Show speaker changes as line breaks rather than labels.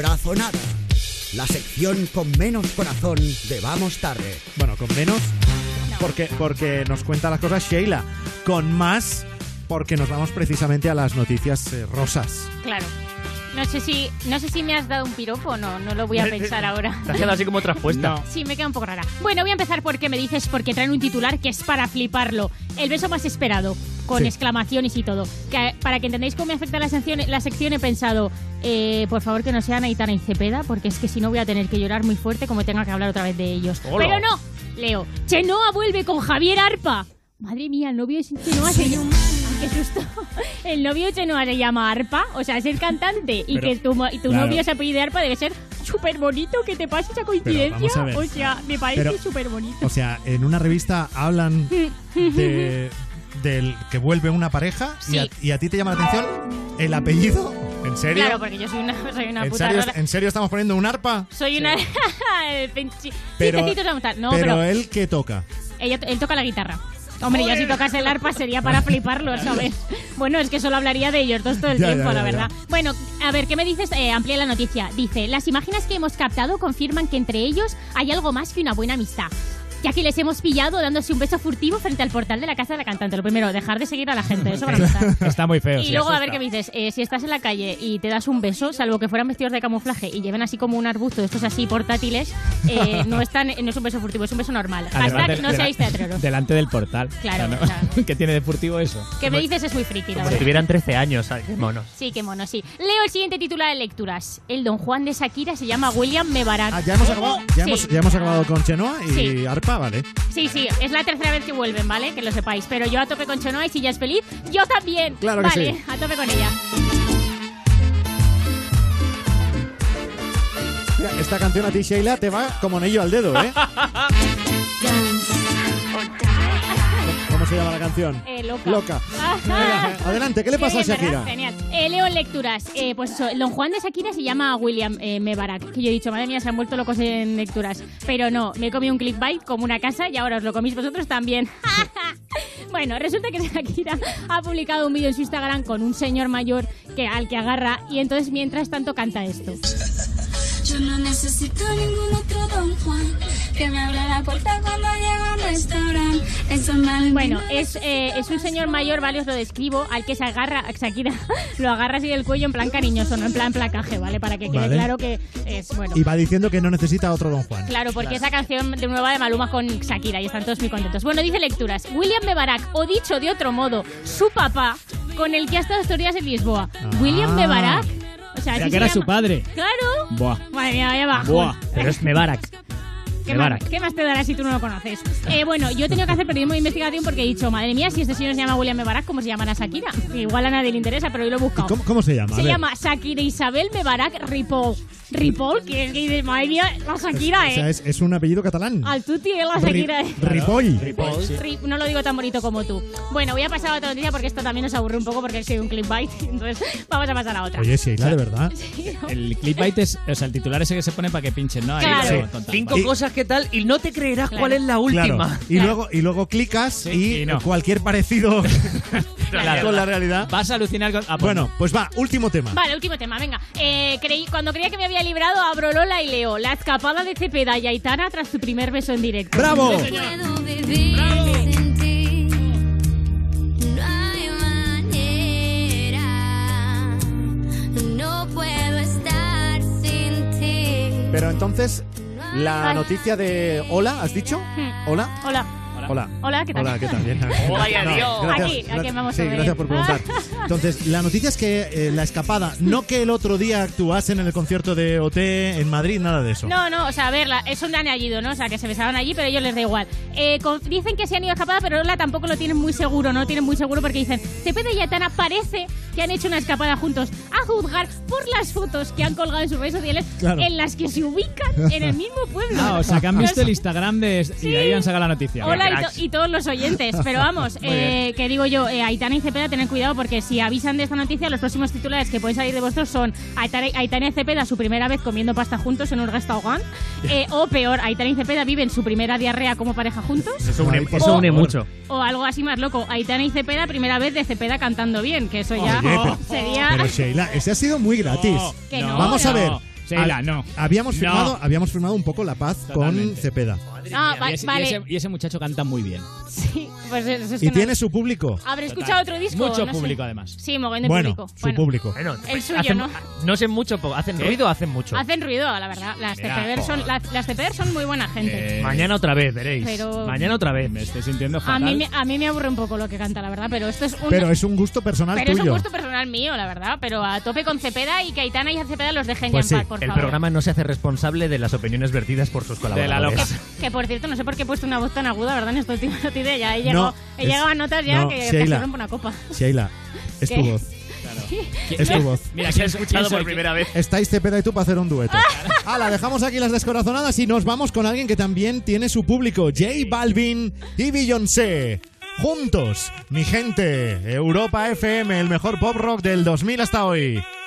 Corazonada. La sección con menos corazón de Vamos Tarde.
Bueno, con menos, porque, porque nos cuenta las cosas Sheila. Con más, porque nos vamos precisamente a las noticias eh, rosas.
Claro. No sé si no sé si me has dado un piropo o no, no lo voy
Eh,
a pensar ahora.
Te has quedado así como traspuesta.
No.
Sí, me queda un poco rara. Bueno, voy a empezar porque me dices porque traen un titular que es para fliparlo. El beso más esperado, con
Sí.
exclamaciones y todo. Que, para que entendáis cómo me afecta la sección, la sección he pensado, eh, por favor que no sean Aitana y Cepeda, porque es que si no voy a tener que llorar muy fuerte como tenga que hablar otra vez de ellos.
Hola.
Pero no, Leo, Chenoa vuelve con Javier Arpa. Madre mía, el novio de Chenoa se llama... ¡Qué susto! El novio de Chenoa se llama Arpa, o sea, es el cantante. Y
Pero-
que tu, mo- y tu
claro.
novio se apellide Arpa debe ser súper bonito que te pase esa
vamos a
coincidencia.
ver.
O sea, Pues me parece
Pero-
súper bonito.
O sea, en una revista hablan de, del que vuelve una pareja y, a,
Sí.
y a ti te llama la atención el apellido. ¿En serio?
Claro, porque yo soy una, soy una
¿En,
puta
serio
rara.
¿En serio estamos poniendo un arpa?
Soy una... El penchi-
Pero-
sí, tecitos vamos a estar. No,
pero,
pero,
él que toca.
ella, él toca la guitarra. Hombre, yo si tocas el arpa sería para fliparlo, ¿sabes? Bueno, es que solo hablaría de ellos dos todo el
Ya, ya,
tiempo,
ya, ya.
la verdad. Bueno, a ver, ¿qué me dices? Eh, amplía la noticia. Dice, las imágenes que hemos captado confirman que entre ellos hay algo más que una buena amistad. Ya que les hemos pillado dándose un beso furtivo frente al portal de la casa de la cantante. Lo primero, dejar de seguir a la gente, eso para empezar.
Está muy feo.
Y
sí,
luego, a
asusta.
ver qué me dices. eh, si estás en la calle y te das un beso, salvo que fueran vestidos de camuflaje y lleven así como un arbusto de estos así portátiles, eh, no, están, no es un beso furtivo, es un beso normal.
Además,
Hashtag
del-
no
dela-
seáis teatreros.
Delante del portal.
Claro,
O sea, ¿no?
claro.
¿Qué tiene de furtivo eso?
Que me dices es muy friki, la
Como si
verdad.
tuvieran 13 años, ay, qué monos.
Sí, qué mono, sí. Leo el siguiente titular de lecturas. El Don Juan de Shakira se llama William Mebarak.
Ah, ya hemos, acabado, ya,
Sí.
hemos, ya hemos acabado con Chenoa y
Sí.
arpa, vale.
Sí, sí, es la tercera vez que vuelven, ¿vale? Que lo sepáis. Pero yo a tope con Chenoa y si ya es feliz, yo también.
Claro que
vale,
sí.
a tope con ella.
Mira, Esta canción a ti, Sheila, te va como anillo al dedo, ¿eh? ¿Cómo se llama la canción?
Eh, loca. Ah,
Loca.
Ajá.
Venga, eh, adelante, ¿qué le
Qué
pasa a
bien, ¿verdad?
Shakira?
Genial. Eh, leo en lecturas. Eh, pues eso, el Don Juan de Shakira se llama William eh, Mebarak. Que yo he dicho, madre mía, se han vuelto locos en lecturas. Pero no, me he comido un clickbait como una casa y ahora os lo coméis vosotros también. bueno, resulta que Shakira ha publicado un vídeo en su Instagram con un señor mayor que, al que agarra y entonces mientras tanto canta esto.
Yo no necesito ningún otro Don Juan que me abra la puerta cuando llego al restaurante. Eso me
Bueno, es, eh, es un señor mayor, ¿vale? Os lo describo, al que se agarra, Shakira lo agarra así del cuello en plan cariñoso, no en plan placaje, ¿vale? Para que quede
Vale.
claro que es, bueno.
Y va diciendo que no necesita otro Don Juan.
Claro, porque esa canción de nueva de Maluma con Shakira y están todos muy contentos. Bueno, dice lecturas. William Mebarak, o dicho de otro modo, su papá, con el que ha estado estos días en Lisboa.
Ah.
William Mebarak. O sea,
O sea,
así
que
se
era
llama.
su padre.
Claro.
Buah.
Madre mía, vaya bajón.
Buah. Pero es Mebarak.
¿Qué más,
Mebarak.
qué más te dará si tú no lo conoces? Eh, bueno, yo he tenido que hacer periodismo de investigación porque he dicho, madre mía, si este señor se llama William Mebarak, ¿cómo se llamará Shakira? Igual a nadie le interesa, pero yo lo he buscado.
¿Cómo, cómo se llama? A
Se
ver.
llama Shakira Isabel Mebarak Ripoll. Ripoll, que es que dices, madre mía, la Shakira,
O sea,
¿eh?
es, es un apellido catalán.
Al tuti, eh, la
Ri-
Shakira. eh.
Ripoll.
Ri- No lo digo tan bonito como tú. Bueno, voy a pasar a otra noticia porque esto también nos aburre un poco porque he sido un clickbait. Entonces, vamos a pasar a otra.
Oye, Sheila, de verdad.
El clickbait es, o sea, el titular ese que se pone para que pinchen, ¿no? Ahí,
Claro.
todo,
Sí.
tonta.
Cinco
Vale.
cosas que tal y no te creerás
Claro.
cuál es la última.
Claro. Y,
Claro.
Luego, y luego clicas y,
y no.
cualquier parecido
Claro.
con la realidad.
Vas a alucinar con... ah, pues
Bueno, pues va, último tema.
Vale, último tema, venga. Eh, creí, cuando creía que me había librado, abro Lola y leo la escapada de Cepeda y Aitana tras su primer beso en directo.
¡Bravo!
puedo vivir sin ti. No hay manera. No puedo estar sin ti.
Pero entonces, la
Ay.
noticia de hola, ¿has dicho? Hola.
Hola,
Hola.
hola, ¿qué tal?
Hola, ¿qué tal? Bien.
Hola y
No,
adiós.
gracias,
Aquí, aquí
gracias-
vamos a
sí,
ver.
gracias por preguntar. Entonces, la noticia es que eh, la escapada, no que el otro día actuasen en el concierto de OT en Madrid, nada de eso.
No, no, o sea, a ver, la- es un añadido, ¿no? O sea, que se besaban allí, pero a ellos les da igual. Eh, con- dicen que se han ido escapada, pero Lola tampoco lo tienen muy seguro, ¿no? Lo tienen muy seguro porque dicen, Cepeda y Aitana parece que han hecho una escapada juntos, a juzgar por las fotos que han colgado en sus redes sociales
Claro.
en las que se ubican en el mismo pueblo.
Ah, o sea, que han visto
Los-
el Instagram de... Y de ahí han sacado la noticia.
Hola y to-
Cracks.
y, todos los oyentes, pero vamos, eh, que digo yo, eh, Aitana y Cepeda, tened cuidado porque si avisan de esta noticia, los próximos titulares que pueden salir de vosotros son Aitana, Aitana y Cepeda su primera vez comiendo pasta juntos en un restaurante, eh, o peor, Aitana y Cepeda viven su primera diarrea como pareja juntos,
Eso une,
oh.
Eso une mucho.
o algo así más loco, Aitana y Cepeda primera vez de Cepeda cantando bien, que eso ya
Oye, pero-
sería...
Pero Sheila, ese ha sido muy gratis.
No,
Que no,
Vamos a
no.
ver.
Sheila, no.
Habíamos
No.
firmado, habíamos firmado un poco la paz con
Totalmente.
Cepeda.
Ah, va-
y, ese, y
vale.
ese- y ese muchacho canta muy bien.
Sí, pues eso es
Y
que no-
tiene su público.
¿Habré
Total.
escuchado otro disco?
Mucho
No sé.
público, además.
Sí, mogollón de
Bueno,
público.
su
Bueno,
público.
Bueno,
El suyo,
hacen-
¿no?
No sé mucho, po- hacen ruido, hacen mucho.
Hacen ruido, la verdad. Las
Mira,
TPBs son,
joder.
las, las TPBs son muy buena gente.
Eh,
Mañana otra vez, veréis.
Pero-
Mañana otra vez.
Me estoy sintiendo
a,
fatal.
mí, me- a mí me aburre un poco lo que canta, la verdad, pero esto es un...
Pero es un gusto personal
pero es un
tuyo.
gusto personal mío, la verdad. Pero a tope con Cepeda y que Aitana y a Cepeda los dejen
Pues
ya en
sí,
paz, por
El
favor.
programa no se hace responsable de las opiniones vertidas por sus
la
colaboradores.
loca.
Que por cierto, no sé por qué he puesto una voz tan aguda, ¿verdad? En esto tío, no tiene ya. He llegado,
No,
he
es-
llegado a notas ya
no,
que
Sheila.
casi rompo una copa.
Sheila, es tu
¿Qué?
voz. Es tu voz.
Mira,
Se ha
¿quién-
escuchado
quién soy?
por primera vez.
Estáis Cepeda y tú para hacer un dueto. Ala, dejamos aquí las descorazonadas y nos vamos con alguien que también tiene su público, J Balvin y Beyoncé. Juntos, mi gente, Europa FM, el mejor pop rock del 2000 hasta hoy.